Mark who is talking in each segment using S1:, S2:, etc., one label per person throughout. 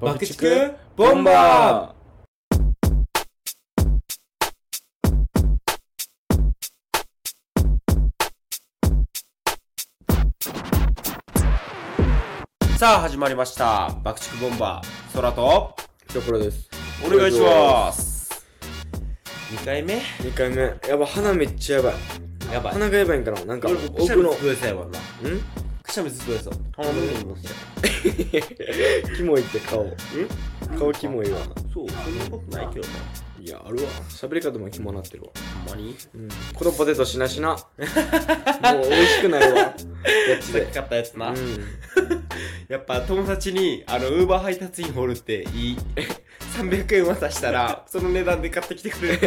S1: 爆竹ボンバーさあ始まりました爆竹ボンバー空と
S2: ーところです
S1: お願いします2回目
S2: 2回目やば鼻めっちゃやばい
S1: やばい
S2: 鼻がやばいんかななんか
S1: 俺もくしゃみ
S2: 奥の
S1: ずっと出てたやばいな
S2: うん
S1: くしゃみずっと出てた鼻の上に乗せて
S2: キモいって顔ん顔キモいわ
S1: そうそんなことないけどない
S2: やあるわ喋り方もキモなってるわ
S1: ほんま に
S2: うんこのポテトしなしなもう美味しくない わやつ
S1: さっ
S2: で
S1: き買ったやつな、
S2: う
S1: やっぱ友達にあのウーバー配達員おるっていい 300円渡したらその値段で買ってきてくれる
S2: ん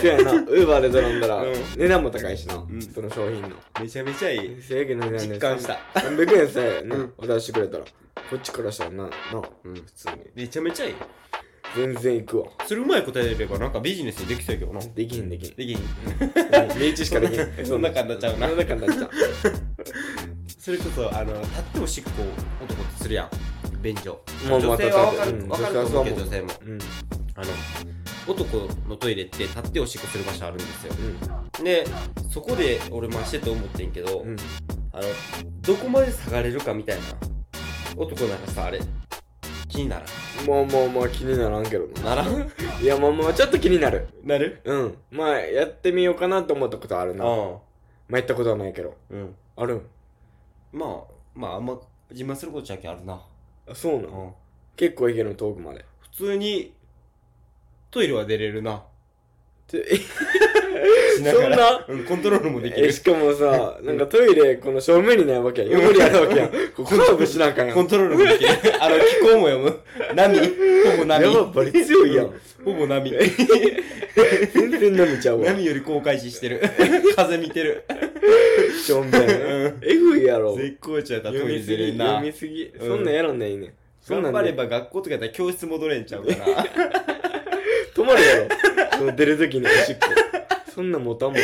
S2: そうやなウーバーで頼んだら
S1: うん
S2: 値段も高いしな、
S1: ん
S2: その商品の
S1: めちゃめちゃいい
S2: 制限の値段で
S1: 実感した
S2: 300円さえな、
S1: うん
S2: お出してくれたらこっちからしたらななうん普通に
S1: めちゃめちゃいい
S2: 全然行くわ
S1: それうまい答えればなんかビジネスにできそうやけどなで
S2: できへんできへん
S1: きひん
S2: リーチしかできない。
S1: そんな感じになっちゃうな
S2: そんな感じになっちゃ
S1: それこそあの立っておしっこ男ってするやん便所
S2: もうま
S1: 女
S2: あ
S1: 性はわか
S2: 立ってう
S1: る
S2: ん
S1: わかると思うけど
S2: 女
S1: 女性も
S2: う。うん。
S1: あの男のトイレって立っておしっこする場所あるんですよ
S2: う
S1: でそこで俺ましてて思ってんけど、
S2: ん。うん。
S1: あのどこまで下がれるかみたいな男なんかさあれ気にならん
S2: まあまあまあ気にならんけどな。
S1: ならん
S2: いやまあまあちょっと気になる。
S1: なる
S2: うん。まあやってみようかなと思ったことあるな。ま
S1: あ
S2: あやったことはないけど。
S1: あうん
S2: ある
S1: まあまああんま自慢することじゃんけんあるな、
S2: あ、そう
S1: う
S2: なの
S1: ん、
S2: 結構いけるの遠くま で。
S1: 普通にトイレは出れるな
S2: て
S1: しながら
S2: そんな
S1: うん、コントロールもでき
S2: え、
S1: る
S2: しかもさ、なんかトイレこの正面にないわけや。横にあるわけや。ここカーブしなあかんやん。
S1: コントロールも できるあの気候も読む波ほぼ波
S2: やばいバリ強いやん
S1: うほぼ波
S2: 全然飲めちゃうわ。
S1: 波より航海士してる 風見てる
S2: 正面。
S1: う
S2: えぐいやろ。
S1: 絶好調やったらト
S2: 読
S1: イレ
S2: みす
S1: 出れ
S2: ぎ、
S1: る
S2: 読
S1: な
S2: みすぎ。
S1: うん
S2: そんなんやらんないね。そん
S1: 頑
S2: なん
S1: 張
S2: で
S1: れば学校とかやったら教室戻れんちゃうかな
S2: 止まるやろその出るときにおしっこそんなもたも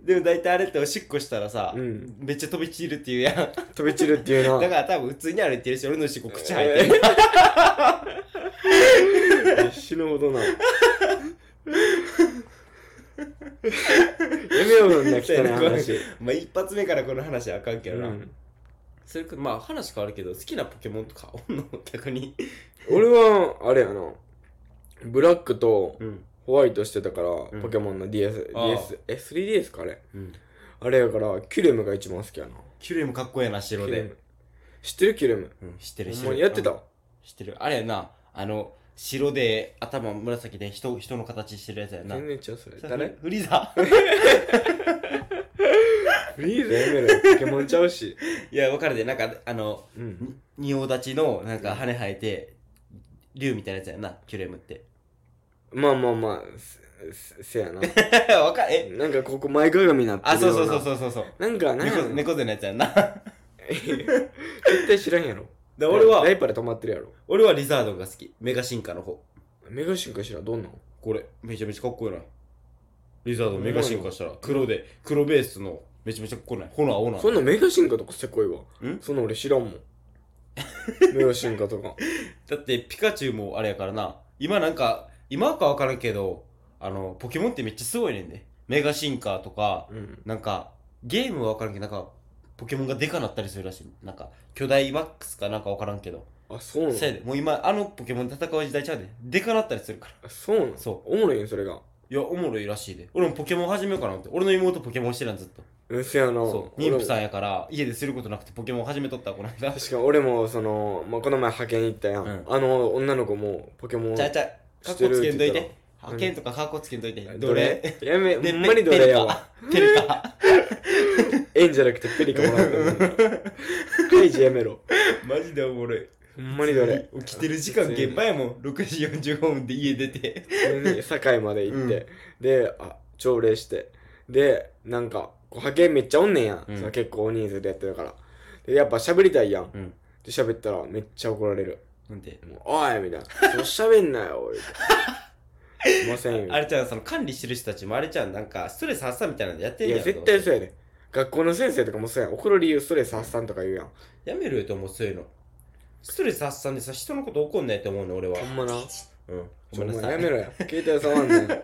S1: でも大体あれっておしっこしたらさ、
S2: うん
S1: めっちゃ飛び散るっていうやんだ
S2: た飛び散るっていうな
S1: から多分普通に歩いてるし俺のおしっこ口入ってる、
S2: えー死ぬほどなやめようそんな汚い話
S1: まあ一発目からこの話はあかんけどな、
S2: うん
S1: それかまあ話変わるけど好きなポケモンとかおんの逆に
S2: 俺はあれやなブラックと
S1: うん、
S2: ホワイトしてたから、
S1: ん
S2: ポケモンの DS,
S1: ああ
S2: DS え 3DS かあれあれやからキュレムが一番好きやな
S1: キュレムかっこええな白
S2: キュレ
S1: で
S2: ム、知ってるキュレム
S1: うん、知ってる知って
S2: ほんま
S1: る
S2: にやってた、
S1: うん知ってるあれやなあの白で頭紫で人人の形してるやつやな
S2: 全然ちゃうそれ
S1: さ
S2: 誰
S1: フリーザ
S2: フリーザやめろよポケモンちゃうし
S1: いや分かるでなんかあの
S2: うん
S1: に仁王立ちのなんか羽生えて竜みたいなやつやなキュレムって
S2: まあまあまあせせせやな
S1: わかえ
S2: なんかここ前かがみになってる
S1: あそう
S2: よ
S1: そう
S2: な
S1: そうそうそうそう
S2: なんかなんや
S1: 猫
S2: ろ
S1: 猫背のやつやんな だ
S2: 絶対知らんやろ
S1: 俺は
S2: ライパで止まってるやろ
S1: 俺はリザードンが好きメガ進化の方
S2: メガシンか知らんどんなん
S1: これめちゃめちゃかっこいいなリザードンメガ進化したら黒で黒ベースのめちゃめちゃかっこいいなほな青な
S2: そんなメガシンカとかせこいわ
S1: ん
S2: そんな俺知らん もんメガシンカとか
S1: だってピカチュウもあれやからな今なんか今か分からんけどあのポケモンってめっちゃすごいねんでメガ進化とか
S2: うん
S1: なんかゲームは分からんけどなんかポケモンがでかなったりするらしいなんか巨大マックスかなんか分からんけど、
S2: あそうなの
S1: せやでもう今あのポケモン戦う時代ちゃうででかなったりするから
S2: あそうなの
S1: そ
S2: おもろいんそれが
S1: いやおもろいらしいで俺もポケモン始めようかなって俺の妹ポケモンしてるんずっと
S2: うんせやな
S1: そう妊婦さ
S2: ん
S1: んやから家ですることなくてポケモン始めとったこの間
S2: 確か俺もその、まあ、この前派遣行ったやん、
S1: うん
S2: あの女の子もポケモン
S1: ちゃうちゃうカ
S2: し
S1: ッ
S2: て
S1: コ
S2: る
S1: つ
S2: って
S1: けんと
S2: 言
S1: い
S2: って
S1: て
S2: た
S1: 派遣とかカッコつけんといて
S2: ど
S1: どれ
S2: れやめほ
S1: で
S2: んまにどれやわ
S1: ペルカ
S2: 円じゃなくてペリカもらったクイジや めろ
S1: ペルカマジでおもろい
S2: ほんまにどれ
S1: 起きてる時間現場やもん6時45分で家出て
S2: 普通に堺まで行って、であ朝礼してでなんかこう派遣めっちゃおんねんや、
S1: うん
S2: その結構大人数でやってるからでやっぱ喋りたいやん
S1: うん
S2: で喋ったらめっちゃ怒られる
S1: なんで
S2: 「もうおい!」みたいな「そう喋んなよ」言 うてすいませんよ
S1: あれちゃんその管理してる人たちもあれちゃんなんかストレス発散みたいなんでやってん
S2: い
S1: ねや
S2: や
S1: ろ
S2: 絶対そうやで学校の先生とかもそうやん怒る理由ストレス発散とか言うやん
S1: やめろよと思うそういうのストレス発散でさ人のこと怒んないと思うね俺は
S2: ほんまな
S1: うん
S2: ちょ
S1: ごめんな
S2: もう
S1: さい
S2: やめろや携帯触んなよ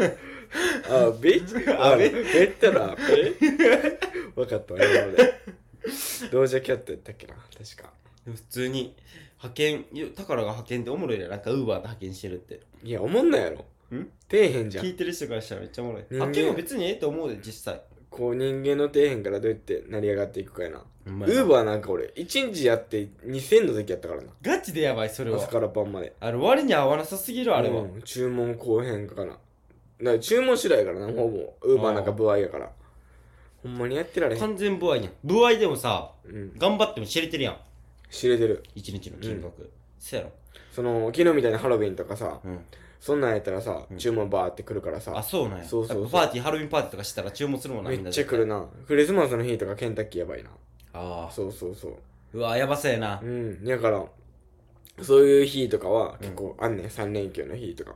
S2: あビッチ
S1: あ
S2: あ
S1: べ
S2: ベッタラベ分かったわ今のでドージャキャットやったっけな確か
S1: でも普通に派遣いや宝が派遣っておもろいねなんかウーバーで派遣してるって
S2: いやおもんないやろ
S1: ん
S2: 底辺じゃ
S1: 聞
S2: ん
S1: いてる人からしたらめっちゃおもろい
S2: 人間
S1: 派遣も別にええと思うで実際
S2: こう人間の底辺からどうやって成り上がっていくかやな
S1: ウ
S2: ウーバーなんか俺1日やって2000の時やったからな
S1: ガチでやばいそれは
S2: 朝から晩まで
S1: あれ割に合わなさすぎるあれは、
S2: うん注文後編かなだから注文次第やからなほぼウーバーなんか不合やからほんまにやってられへん、
S1: 完全不合やん不合でもさ
S2: うん、
S1: 頑張っても知れてるやん
S2: 知れてる
S1: 一日の金額、そやろ
S2: その昨日みたいなハロウィンとかさ
S1: うん
S2: そんなんやったらさ、
S1: うん
S2: 注文バーって来るから
S1: あ
S2: さ
S1: そうなんや
S2: そうそうそう
S1: やっぱパーティーハロウィンパーティーとかしたら注文するもんな
S2: め
S1: みん
S2: っ
S1: な
S2: ちゃ
S1: で
S2: 来るなクリスマスの日とかケンタッキーやばいな
S1: ああ
S2: そうそうそう
S1: うわやばそうやな
S2: うんだからそういう日とかは結構あんねん、3連休の日とか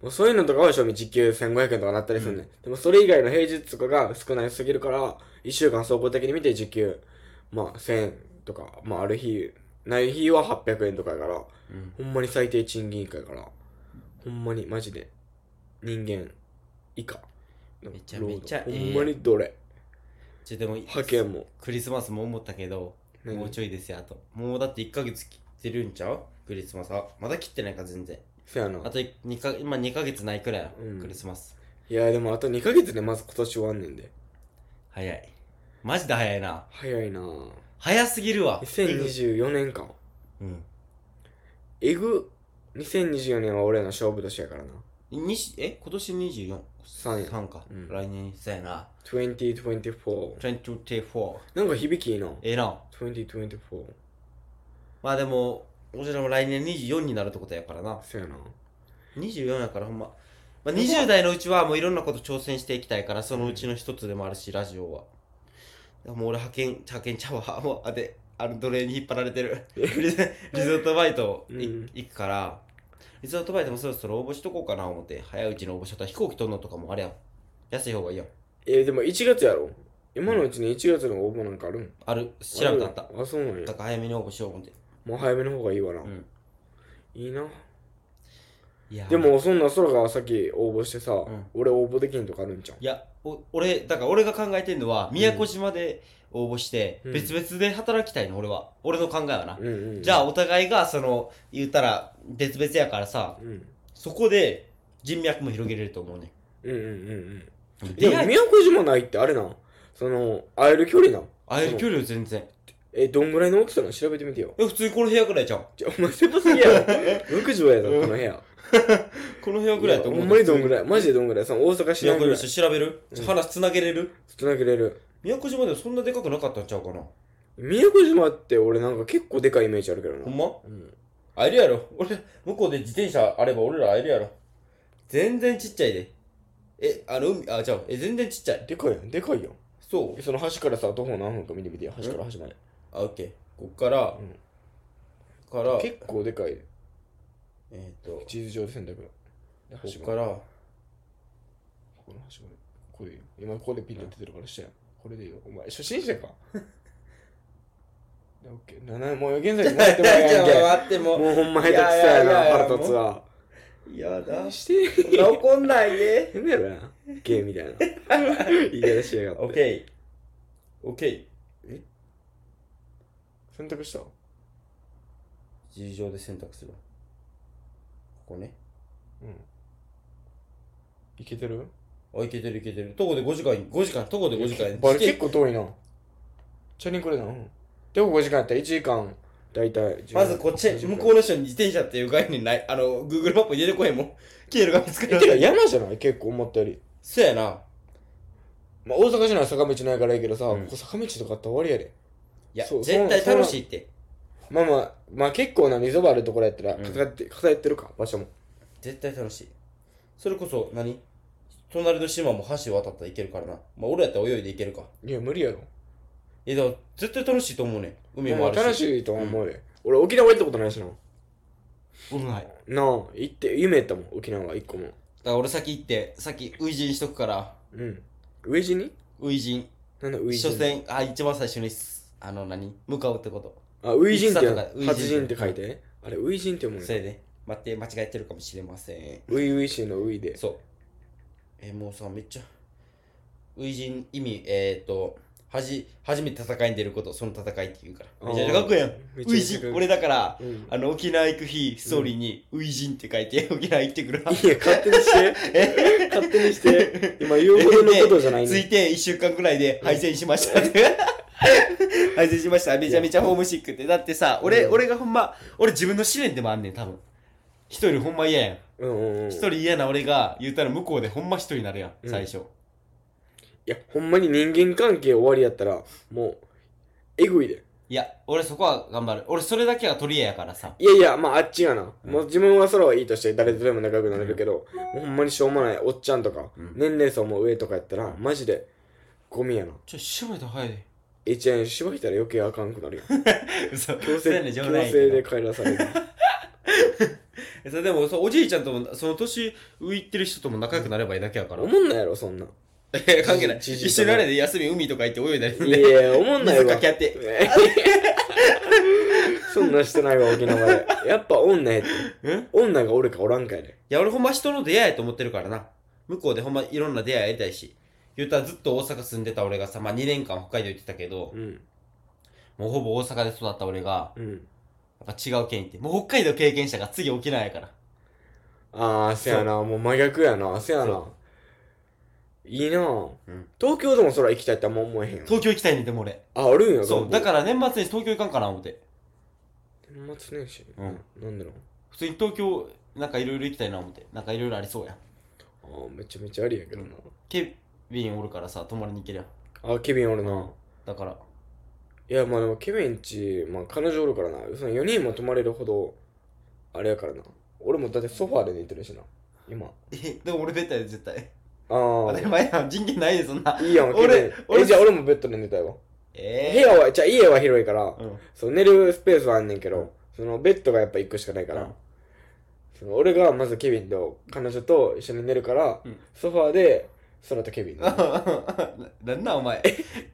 S2: もうそういうのとかは正味時給1500円とかなったりするね、んでもそれ以外の平日とかが少ないすぎるから1週間総合的に見て時給まあ1000円とかまあある日ない日は800円とかやから
S1: うん
S2: ほんまに最低賃金以下やからほんまにマジで人間以下の
S1: めちゃめちゃ
S2: 労
S1: ええ
S2: 働
S1: やん
S2: ほんまにどれ
S1: ちょでも
S2: 派遣も
S1: クリスマスも思ったけどもう
S2: 何
S1: ちょいですよあともうだって1ヶ月切ってるんちゃうクリスマスはまだ切ってないか全然
S2: せやな
S1: あと2か今2ヶ月ないくらいや、
S2: うん
S1: クリスマス
S2: いやでもあと2ヶ月でまず今年終わんねんで
S1: 早いマジで早いな
S2: 早いなぁ
S1: 早すぎるわ
S2: 2024年間
S1: うん
S2: えぐ2024年は俺らの勝負年やからな
S1: にしえ今年24
S2: 三や
S1: 三か、
S2: うん
S1: 来年そうやな
S2: 2024
S1: 2024
S2: なんか響きいいな
S1: ええな
S2: 2024
S1: まあでも俺らも来年24になるってことやからな
S2: せやな
S1: 24やからほんま、まあ、20代のうちはもういろんなこと挑戦していきたいからそのうちの一つでもあるしラジオはでもう俺派遣派遣ちゃうわもうあであの奴隷に引っ張られてるリゾリゾートバイトい
S2: うん
S1: 行くからリゾートバイトもそろそろ応募しとこうかな思って早いうちに応募しとったら飛行機飛んのとかもあれやん安い方がいいやん
S2: えーでも1月やろ今のうちに1月の応募なんかあるん
S1: ある知らんかった
S2: あそうなん
S1: だ
S2: や
S1: から早めに応募しよう思って
S2: もう早めの方がいいわな、
S1: うん
S2: いいない
S1: や
S2: でもそんな空がさっき応募してさ、
S1: ん
S2: 俺応募できんとかあるんじゃん
S1: いやお俺だから俺が考えてんのは宮古島で応募して、
S2: うん
S1: 別々で働きたいの俺は俺の考えはな、
S2: うんうんうん
S1: じゃあお互いがその言ったら別々やからさ
S2: うんうん
S1: そこで人脈も広げれると思うね
S2: うんうんうんで
S1: 出
S2: も
S1: 会い
S2: 宮古島ないってあれなんその会える距離なん
S1: 会える距離は全然
S2: えどんぐらいの大きさなの調べてみてよ
S1: え普通にこの部屋ぐらいじゃん
S2: じゃお前狭すぎ やろ6畳やぞこの部屋
S1: この部屋ぐらいやと思う
S2: ほんまにどんぐ
S1: らい
S2: らいマジでどんぐらいその大阪市
S1: 宮
S2: 内ぐ
S1: 古
S2: ら
S1: 島
S2: い
S1: 調べる、
S2: うん
S1: 話つなげれる
S2: つなげれる
S1: 宮古島でもそんなでかくなかったんちゃうかな
S2: 宮古島って俺なんか結構でかいイメージあるけど
S1: ほ
S2: なん
S1: ま
S2: うん
S1: 会えるやろ俺向こうで自転車あれば俺ら会えるやろ全然ちっちゃいでえあの海あじゃあえ全然ちっちゃい
S2: でかいやんでかいやん
S1: そう
S2: その端からさ徒歩何分か見てみてよ端から端まで
S1: あ、オッケー。こっから、
S2: うん
S1: から、えっ、
S2: 結構でかい
S1: と、
S2: 地図上で選択で
S1: こ
S2: 端
S1: っ
S2: ま
S1: か
S2: で
S1: ら、
S2: ここの端までこれでいいよ今ここでピンと出てるから下やこれでいいよお前初心 者かでオッケーななもう現在もらってもらえ やんけ
S1: 待っても
S2: もうほんま下手くそや
S1: いやいやいや
S2: な腹立つわ
S1: う。やだ
S2: 何。してん
S1: 残んないで。
S2: 変だろなゲーみた いな言い方しやがって
S1: オッケー。オッケー。
S2: 選択した
S1: 地図上で選択するわ。ここね。
S2: うんいけてる
S1: あ、いけてるいけてる。徒歩で5時間、5時間、徒歩で5時間。
S2: バレ
S1: チケ
S2: 結構遠いなチャリンコでなうんでも5時間やったら1時間だいたい
S1: まずこっち、向こうの人に自転車っていう概念ない。あの、Google マップ入れてこへんもん。経路が見つから
S2: て
S1: な
S2: か
S1: い。
S2: 山じゃない結構思ったより、
S1: そうやな。
S2: まあ、大阪市内は坂道ないからいいけどさ、
S1: うん
S2: ここ坂道とかあったら終わりやで
S1: いや、
S2: そう
S1: 絶対
S2: そう
S1: 楽しいって。
S2: まあまあまあ結構な溝があるところやったら
S1: うん
S2: 偏って,、偏ってるか場所も
S1: 絶対楽しいそれこそ何隣の島も橋渡ったらいけるからなまあ俺やったら泳いでいけるか
S2: いや無理やろ
S1: えだから絶対楽しいと思うねん海もあるし
S2: 楽しいとは思うで、俺沖縄行ったことないしな
S1: うんはいだか
S2: なあ行って夢やったもん沖縄は1個も
S1: ら俺先行って先初陣しとくから
S2: うん。飢え死に
S1: 初陣
S2: なんだ飢え死に
S1: 初戦あ一番最初にすあの何向かうってこと
S2: あ、初陣って
S1: 戦とか初陣、
S2: 初陣って書いて。あれ、初陣って思う
S1: そ
S2: よ。
S1: れで待って間違えてるかもしれません
S2: 初々しいの初で。
S1: そうえもうさめっちゃ初陣意味えっ、ー、とはじ初めて戦いに出ることその戦いって言うからめちゃめちゃかっこいいやん
S2: めちゃ
S1: 初
S2: めちゃかっこい
S1: 陣
S2: い
S1: 俺だから
S2: うん。
S1: あの沖縄行く日ストーリーに初陣って書いて沖縄行ってくるわ
S2: いや、勝手にして。勝手 に して。今言うほどのことじゃない
S1: つい
S2: ね。
S1: て1週間くらいで敗戦しましたって 敗戦しましためちゃめちゃホームシックってだってさ俺,、
S2: うん
S1: 俺がほんま俺自分の試練でもあんねん多分一人ほんま嫌やん
S2: うんうんうん。
S1: 一
S2: い
S1: 人嫌な俺が言うたら向こうでほんま一人になるやん
S2: うん
S1: 最初、
S2: や、ほんまに人間関係終わりやったら、もう、えぐいで。
S1: いや俺そこは頑張る俺それだけは取り柄やからさ
S2: いやいや、まああっちがな。
S1: うん
S2: もう自分はそれはいいとして誰とでも仲良くなれるけど、もうほんまにしょうもないおっちゃんとか、
S1: うん
S2: 年齢層も上とかやったら、マジで、ゴミやな。
S1: ちょしばいたら早いで
S2: えちゃん、しばいたら余計あかんくなる やん。
S1: 嘘
S2: 強
S1: そうや
S2: 制、
S1: ね
S2: 強
S1: 冗談やけど
S2: 制で帰らさ れる。
S1: えそうでもそうおじいちゃんともその年浮いてる人とも仲良くなればいいだけやから、
S2: おもんないやろ、そんなん。
S1: え 関係ない
S2: じじ
S1: 一
S2: い
S1: 緒になれで休み海とか行って泳いだり
S2: い
S1: ね
S2: やいや、おもんない
S1: 水
S2: わ
S1: か。け合って
S2: そんなんしてないわ、沖縄で。やっぱ女やって。
S1: うん
S2: 女がおるかおらんかやで。
S1: いや、俺ほんま人の出会いやと思ってるからな。向こうでほんまいろんな出会いやりたいし。言うたらずっと大阪住んでた俺がさ、まあ2年間北海道行ってたけど、
S2: うん。
S1: もうほぼ大阪で育った俺が、
S2: うん。
S1: やっぱ違う県行って、もう北海道経験者が次沖縄やから。
S2: あー、せやな。もう真逆やな。せやな
S1: そ。
S2: いいなぁ
S1: うん
S2: 東京でもそら行きたいってあんま思えへんよ。
S1: 東京行きたいねんでも俺。
S2: あ、あるんや、
S1: そう、だ
S2: ら。
S1: から年末に東京行かんかな思って。
S2: 年末年始
S1: うん。
S2: なんだろう。
S1: 普通に東京、なんかいろいろ行きたいな思って。なんかいろいろありそうやん。
S2: あー、めちゃめちゃありやけどな。
S1: ケビンおるからさ、泊まりに行けるやん。
S2: あ、ケビンおるな。
S1: だから、
S2: いや、まあでもケビンち、まあ彼女おるからな。その4人も泊まれるほど、あれやからな。俺もだってソファーで寝てるしな。今。
S1: え、でも俺ベッドやで絶対。
S2: あ
S1: 当たり
S2: ー。
S1: 前やん。人権ないでそんな。
S2: いいやん、ケビン。
S1: 俺俺
S2: え、じゃあ俺もベッドで寝たいわ。部
S1: え
S2: 屋は、じゃあ家は広いから、
S1: ー、うん。
S2: そう寝るスペースはあんねんけ
S1: うん
S2: ど、そのベッドがやっぱ1個しかないか
S1: う
S2: ら
S1: ん、
S2: その俺がまずケビンと彼女と一緒に寝るから
S1: うん、
S2: ソファーで、空とケビン。
S1: な なんなんお前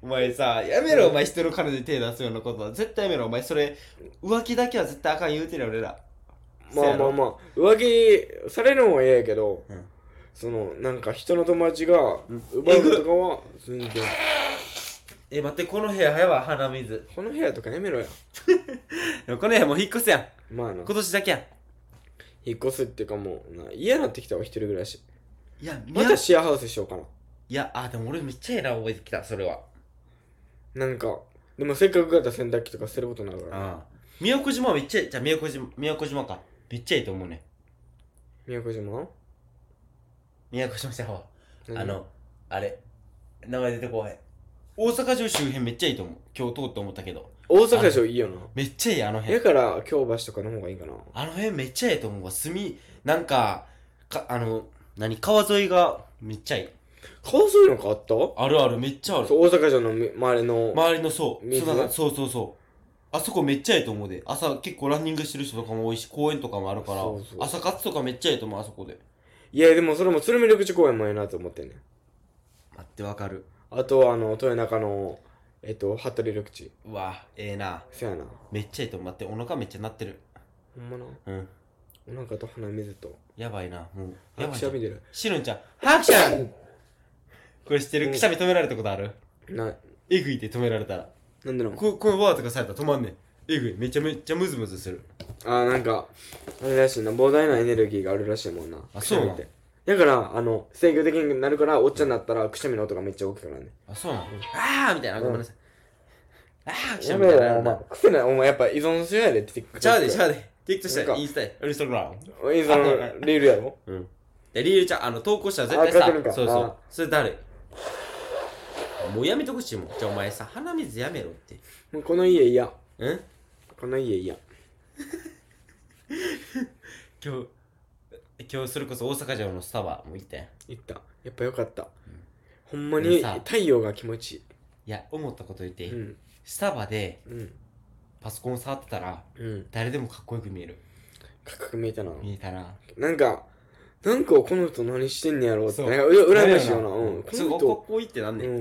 S1: お前さやめろお前人の彼女に手出すようなことは絶対やめろお前それ浮気だけは絶対あかん言うてるよ俺ら
S2: まあまあまあ浮気されるのは嫌やけど、
S1: うん
S2: そのなんか人の友達が
S1: うん
S2: 奪うこととかは全然
S1: え待ってこの部屋やば鼻水
S2: この部屋とかやめろや
S1: でもこの部屋もう引っ越すやん
S2: まあな
S1: 今年だけやん
S2: 引っ越すっていうかもうな嫌なってきたわ一人暮らし
S1: いやみ
S2: ま
S1: や
S2: た
S1: い
S2: シェアハウスしようかな
S1: やあでも俺めっちゃええな覚えてきたそれは
S2: なんかでもせっかくやったら洗濯機とか捨てることになるから
S1: あ宮古島めっちゃええじゃあ宮古島宮古島かめっちゃええと思うね
S2: 宮古島
S1: 宮古島じゃあ
S2: 何
S1: あのあれ名前出てこへん大阪城周辺めっちゃいいと思う今日通って思ったけど
S2: 大阪でしょいいよな
S1: めっちゃいいあの辺
S2: だから京橋とかの方がいいかな
S1: あの辺めっちゃええと思うわ。住なんか、か、あの、何、川沿いがめっちゃいい。
S2: 川沿いのかあった
S1: あるある、めっちゃある。
S2: そう大阪城の周りの、
S1: 周りのそう、
S2: 水
S1: そうそうそうそう。あそこめっちゃええと思うで。朝結構ランニングしてる人とかも多いし、公園とかもあるから、
S2: そうそう
S1: 朝活とかめっちゃええと思う、あそこで。
S2: いやでもそれも鶴見緑地公園もいいなと思ってんねん
S1: 待ってわかる。
S2: あとはあの豊中のえっと服部緑地
S1: うわ、ええな。
S2: せやな
S1: めっちゃええと思う。待って、お腹めっちゃ鳴ってる。
S2: ほんまな
S1: うん。
S2: お腹と鼻水と
S1: やばいな、もう。や
S2: あ
S1: ばい
S2: くし
S1: じ
S2: ゃ
S1: ゃん
S2: み。出る
S1: しるんちゃん、拍手これ知ってるくしゃみ止められたことある
S2: な
S1: えぐいで止められたら。
S2: なんだろう
S1: ここのワーとかされたら止まんねんえぐいめちゃめちゃムズムズする
S2: あーなんかあれらしいな膨大なエネルギーがあるらしいもんな
S1: あ
S2: くしゃみ
S1: そう
S2: ってだからあの制御できなくなるからおっちゃんになったらくしゃみの音がめっちゃ大きくなるね
S1: あそうなのああみたいなごめんなさいああ
S2: やめろよお前
S1: な
S2: 癖ないお前やっぱ依存症やでって
S1: ちゃうでち
S2: ちゃ
S1: ゃうで TikTok した
S2: なん
S1: ら
S2: か
S1: インスタやインスタグラム
S2: う依存リールやろ
S1: うんで理由ちゃんあの投稿したら絶
S2: あ書いてる
S1: 対
S2: んか
S1: さそうそ
S2: あー
S1: うそれ誰もうやめてほしいもんじゃあお前さ鼻水やめろって
S2: もうこの家嫌
S1: うん
S2: この家嫌
S1: 今日今日それこそ大阪城のスタバも行ったやん
S2: 行ったやっぱよかったほんま
S1: で
S2: に
S1: さ
S2: 太陽が気持ち
S1: いや思ったこと言って
S2: い
S1: い
S2: い
S1: い、
S2: うん
S1: スタバで
S2: うん
S1: パソコン触ってたら
S2: うん
S1: 誰でもかっこよく見える
S2: かっこよく見えたな
S1: 見えたな
S2: なんか、なんかこの人何してんねやろって、
S1: そう
S2: なんかうら羨ましいよな。
S1: な
S2: うんん。
S1: すごい
S2: こ
S1: こいいってなん
S2: の
S1: ね
S2: 人、
S1: ん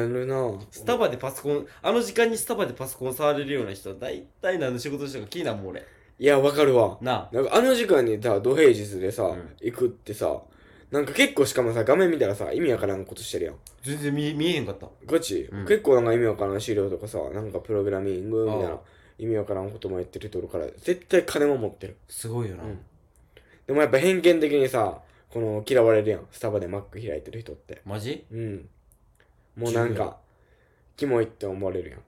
S2: うん。なるなぁ
S1: スタバでパソコンあの時間にスタバでパソコン触れるような人は大体何の仕事してるか気になるもん俺
S2: いやわかるわ
S1: な
S2: なんかあの時間にさ土平日でさ、
S1: うん
S2: 行くってさなんか結構しかもさ画面見たらさ意味わからんことしてるやん
S1: あ全然見見えへんかった
S2: ガチ、
S1: うん
S2: 結構なんか意味わからん資料とかさなんかプログラミングみたい
S1: ああ
S2: な意味わからんこともやってる人おるから絶対金も持ってる
S1: すごいよな、
S2: うんでもやっぱ偏見的にさこの嫌われるやんスタバでマック開いてる人って
S1: マジ
S2: うんもうなんかキモいって思われるやん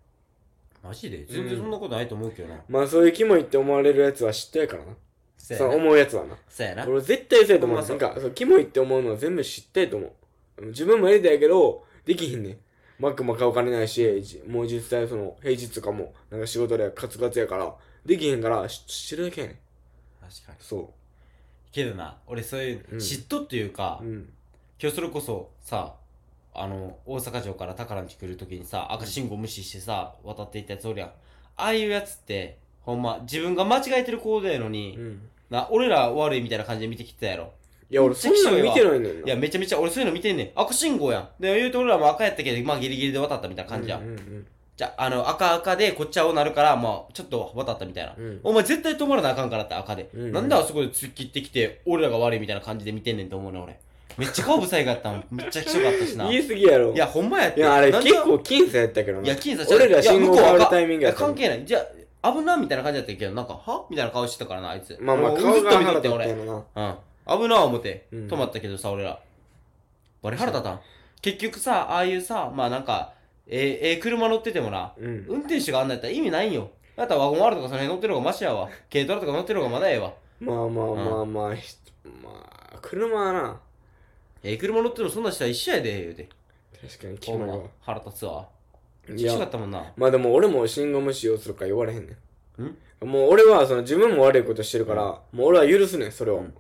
S1: マジで全然そんなことないと思うけどな、
S2: まあそういうキモいって思われるやつは知ってるからな
S1: そ
S2: そうう
S1: やな
S2: 思うやつはな
S1: そうやな
S2: 俺絶対そうやと思う
S1: ほんま
S2: な
S1: そうん
S2: かそうキモいって思うのは全部知ってると思う自分もやりたいけどできひんねんマックも買うお金ないしじもう実際その平日とかもなんか仕事でカツカツやからできへんからし知るだけやねん
S1: 確かに
S2: そ
S1: けどな俺そういう
S2: うん
S1: 嫉妬っていうか、
S2: ううん
S1: 今日それこそさあの大阪城から宝に来る時にさ赤信号無視してさ渡っていったやつおるやんああいうやつってほんま自分が間違えてる行動やの
S2: う
S1: に、
S2: ん
S1: な俺ら悪いみたいな感じで見てきてたやろ
S2: いや俺そんなの見てないねんない
S1: やめちゃめちゃ俺そういうの見てんねん赤信号やんで言うと俺らも赤やったけどまあギリギリで渡ったみたいな感じや、
S2: うんんうん
S1: じゃあの赤赤でこっち青なるからまあちょっと渡ったみたいな、
S2: うん
S1: お前絶対止まらなあかんからって赤で、
S2: うんうん
S1: なんであそこで突っ切ってきて俺らが悪いみたいな感じで見てんねんと思うねん俺めっちゃ顔不細工や ったんめっちゃ気色かったしな
S2: 言い過ぎやろ
S1: いや、ほんまやって。
S2: いやあれ
S1: なんで
S2: 結。構僅差やったけどない
S1: や、金さん、
S2: 俺ら信号変わるタイミン
S1: い
S2: グや
S1: や、
S2: ったも
S1: 関
S2: ん
S1: 係ない。じゃあ、危なみたいな感じだったけど、なんか、はみたいな顔してたからな、あいつ。
S2: まあまあ
S1: 俺
S2: 顔
S1: ずっ
S2: が
S1: と見
S2: 腹
S1: とっ
S2: 立
S1: て、
S2: った
S1: 俺。
S2: よな
S1: うん。危な思って、
S2: うん
S1: 止まったけどさ、俺ら。バレ腹立たん。結局さ、ああいうさ、まあなんか、えええ車乗っててもな、
S2: うん
S1: 運転手があんなんやったら意味ないんよ。だったらワゴン R とかその辺乗ってる方がマシやわ。軽トラとか乗ってる方がまだええわ。
S2: まあまあまあまあひまあ車はな
S1: ええ車乗ってるのそんな人は一緒やで、言うて。
S2: 確かにキ
S1: ほん
S2: モい
S1: ま
S2: わ、
S1: 腹立つわ。
S2: い
S1: ちっちゃか
S2: や
S1: ったもんな。
S2: まあでも俺も信号無視をするから言われへんねんもう俺はその自分も悪いことしてるから、もう俺は許すねんそれを、
S1: うん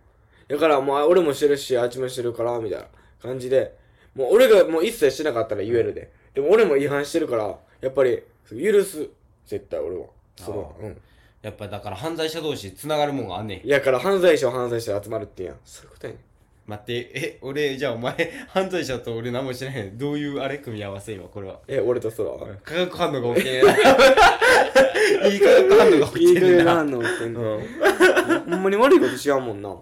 S2: だからもう俺もしてるしあっちもしてるからみたいな感じでもう俺がもう一切してなかったら言えるで、でも俺も違反してるからやっぱり許す絶対俺はその
S1: あ
S2: うん
S1: やっぱだから犯罪者同士繋がるもんがあんねん。
S2: いやから犯罪者は犯罪者で集まるって言うやんそういうことやねん
S1: 待って、え、俺、じゃあお前、犯罪者と俺何もしてないのどういうあれ組み合わせ今、これは。
S2: え俺と空は、
S1: 化学反応が起きてる。 いい化学反応が起
S2: い
S1: き
S2: い
S1: て
S2: 加
S1: る
S2: 減
S1: な。
S2: なのってん
S1: う
S2: の
S1: ん、
S2: ほんまに悪いことしやんもんな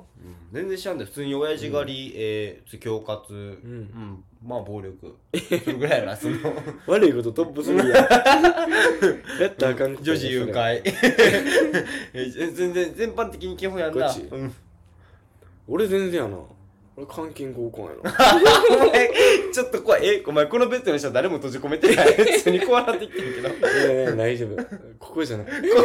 S1: 全然知らんで普通に親父狩り、えー、恐喝、うんまあ暴力それぐらいやなそ の
S2: 悪いことトップ3や やったらあかんこと
S1: 女
S2: や
S1: 児誘拐 え全然全般的に基本やんな、
S2: ガチ
S1: うん、
S2: 俺全然やな俺監禁合コ ンやな
S1: お前ちょっと怖いえお前このベッドの人は誰も閉じ込めて ない普通に怖なってきてるけど
S2: いやいや大丈夫ここ じゃないいやこ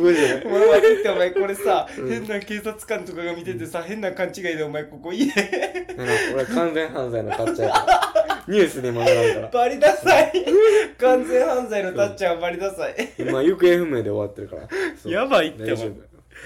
S2: こじゃない
S1: お前待ってお前これさ、
S2: うん
S1: 変な警察官とかが見ててさ、変な勘違いでお前ここ家
S2: なな俺完全犯罪のタッチャーやからニュースで学ぶから
S1: バリダサい完全犯罪のタッチャーバリダサい
S2: 今行方不明で終わってるからそう
S1: やばいって
S2: 大丈
S1: お
S2: 夫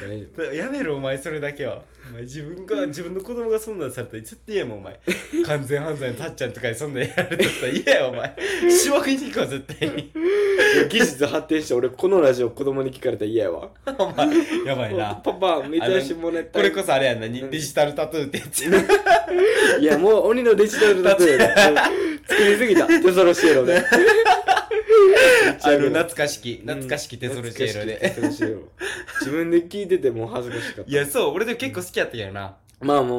S2: 大丈夫
S1: 前やめろお前それだけはお前自分が自分の子供がそんなんされたら絶対嫌やもんお 前完全犯罪のタッチャーとかにそんなんやられてたら嫌やお 前しばくに行くわ絶対に
S2: いや技術発展して俺このラジオ子供に聞かれたら嫌やわ
S1: お前やばいな
S2: パパめちゃしもね
S1: これこそあれやんなにデジタルタトゥーってやつ
S2: いや、もう鬼のデジタルだ とやね作りすぎた。テソロシエロで。
S1: あの懐かしき懐かしきテソルジェーロで、
S2: 懐かしきテソロシエロ自分で聞いててもう恥ずかしかっ
S1: いやそう俺でも結構好きやったけどな、
S2: た。まあまあま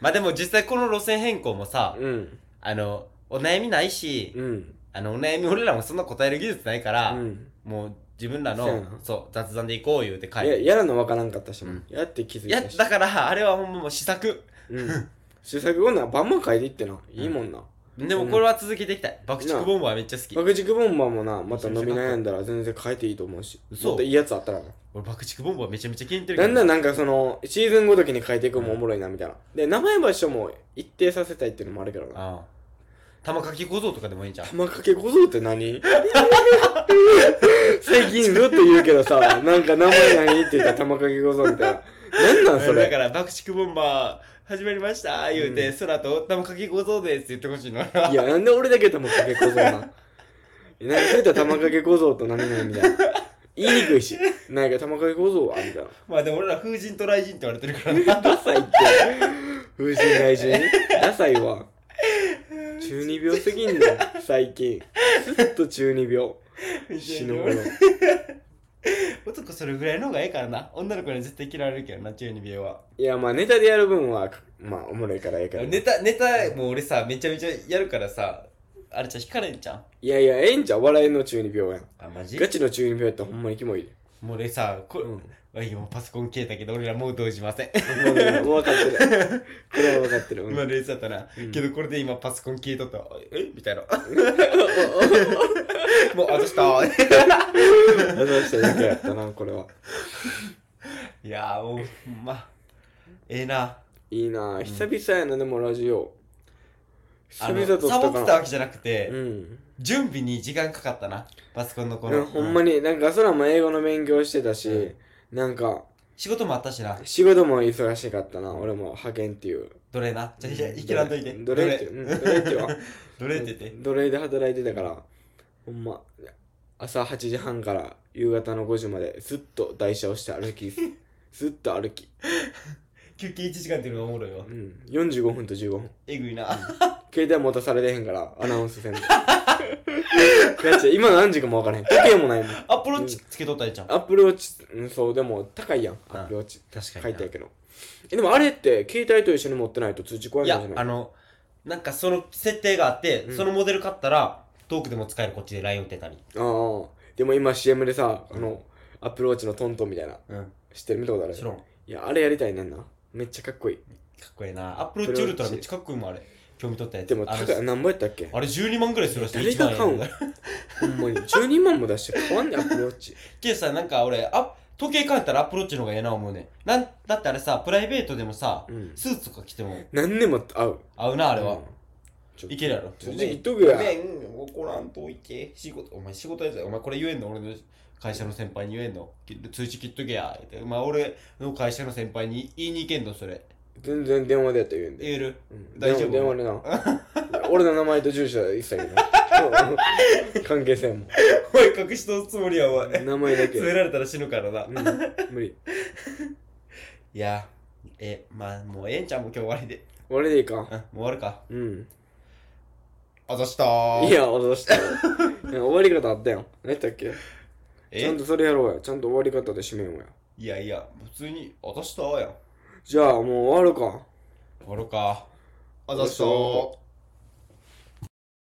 S1: まあでも実際この路線変更も
S2: あ。
S1: さ、
S2: うん。
S1: あの、お悩みないし、
S2: うん。
S1: あの、お悩み俺らもそんな答える技術ないか
S2: う
S1: ら、
S2: ん。
S1: もう自分ら
S2: そうや
S1: の
S2: な、
S1: そう、雑談でいこう言うて書
S2: い
S1: い
S2: や、
S1: て。
S2: やらのわからんかったし
S1: う
S2: も
S1: ん。
S2: やって気づ
S1: い
S2: い
S1: や、
S2: たし。
S1: だから、あれはほんまもう試作。
S2: うん。試作後ならバンバン書いていってな。いいもんな。
S1: でもこれは続けていきたい。爆竹ボンバーめっちゃ好き。
S2: 爆竹ボンバーもな、また飲み悩んだら全然書いていいと思うし。
S1: 嘘
S2: もっといいやつあったらな。
S1: 俺爆竹ボンバーめちゃめちゃ気に入ってる
S2: だ
S1: け
S2: ん
S1: ど。
S2: だんなんかその、シーズンごときに書いていくのもおもろいなみたいな。で、名前場所も一定させたいっていうのもあるけどな。
S1: ああ。玉かき小僧とかでもいいじゃん。
S2: 玉かけ小僧って 何最近ずっと言うけどさ、なんか名前何って言ったら玉かけ小僧みたいな。なんなんそ
S1: だか
S2: れ。
S1: ら爆竹ボンバー始まりました言うて、
S2: う
S1: 空と玉かき小僧ですって言ってほしいの。
S2: いや、なんで俺だけ玉かけ小僧なんなんかそういったら玉かけ小僧と何々みたいな。言いにくいし。なんか玉かけ小僧はみたい
S1: まあでも俺ら風神と雷神って言われてるからな。
S2: な。ダサいって。風神雷神。ダサいわ。ち中二病すぎんねん最近ずっと中二病 死ぬほど
S1: 男それぐらいの方がええからな女の子には絶対嫌われるけどな中二病はい
S2: やまあネタでやる分はまあおもろいからええから、
S1: ネタネタもう俺さめちゃめちゃやるからさあれちゃん引かれんじゃん
S2: いやいやええんじゃん笑いの中二病やん
S1: あマジ
S2: ガチの中二病やったらほんまにキモいで
S1: もう俺さこ、
S2: うん
S1: あ今パソコン消えたけど俺らもう動じません
S2: もうねもう分かってるこれは分かってる、うん
S1: 今のやつだったな、
S2: うん
S1: けどこれで今パソコン消えとったえみたい なもう外した
S2: 話しただけやったなこれはい
S1: やーもうほんまええない
S2: いなぁ久々やなでもラジオ久
S1: あ
S2: 々
S1: の
S2: 撮
S1: サ
S2: っ
S1: ボ
S2: た
S1: って
S2: か
S1: た
S2: な
S1: わけじゃなくて、
S2: うん
S1: 準備に時間かかったなパソコンのこ
S2: う
S1: の、
S2: んほんま
S1: に
S2: になんかそらも英語の勉強してたし
S1: う
S2: なんか
S1: 仕事もあったしな
S2: 仕事も忙しかったな俺も派遣っていう
S1: どれなじゃあいやいけらんといて
S2: 奴隷っていううん奴隷っていう わ
S1: どれって言って
S2: 奴隷で働いてたからほんま朝8時半から夕方の5時までずっと台車をして歩 きずっと歩き、
S1: 休憩1時間っていうのがおもろいわ
S2: うん、45分と15分
S1: えぐいな
S2: 携帯持たされてへんからアナウンスせん のガチ今何時かも分からへん時計もないもん
S1: アップローチつけとったんじゃん
S2: アップルウォッチうんそうでも高いやん
S1: あ
S2: アップルウォッチ
S1: 確か
S2: 書い
S1: に
S2: てあるけどえでもあれって携帯と一緒に持ってないと通知怖い
S1: い
S2: んじゃ
S1: や
S2: ない
S1: あのなんかその設定があって、
S2: うん
S1: そのモデル買ったらトークでも使えるこっちで LINE 打てたり
S2: あーでも今 CM でさあのアップルウォッチのトントンみたいな
S1: うん
S2: 知ってる見たことある
S1: 知らんか
S2: いやあれやりたいねんなめっちゃかっこいい
S1: っこええなアップローチウルトラめっちゃかっこいいもんあれ興味取ったやつ
S2: でも
S1: あ
S2: 高い
S1: れ
S2: 何本やったっけ
S1: あれ12万ぐらいするらしい
S2: 誰が
S1: 1
S2: 買
S1: 万円
S2: うん
S1: ぐらい
S2: ほんまに12万も出して変わんねんアップルウォッチ
S1: けどさなんか俺あ時計買ったらアップローチの方がええな思うねなんだってあれさプライベートでもさ、
S2: うん
S1: スーツとか着ても
S2: 何年も合う
S1: 合うなあ
S2: あ
S1: れは、いけるやろ
S2: 正直言っとく
S1: ご
S2: や
S1: めん怒らんといて仕事お前仕事やつやお前これ言えんの俺の会社の先輩に言えんのき通知切っとけやってまあ俺の会社の先輩に言いに行けんのそれ
S2: 全然電話でやったら言うんで
S1: 言える
S2: うん
S1: 大丈夫
S2: 電話でな 俺の名前と住所は一切言うな関係性も
S1: おい隠しとつもりやお前
S2: 名前だけ、
S1: 詰められたら死ぬからな、
S2: うん、無理
S1: いやえまあもうええんちゃんもう今日終わりで
S2: 俺でいいか
S1: うんもう終わるか
S2: うん
S1: あざしたー
S2: いや脅したよなんか終わり方あったやん何やったっけちゃ
S1: え
S2: んとそれやろうやちゃんと終わり方で締めようや
S1: いやいや普通にあざしたーやん
S2: じゃあもう終わるか
S1: 終わるかあ
S2: ざしたー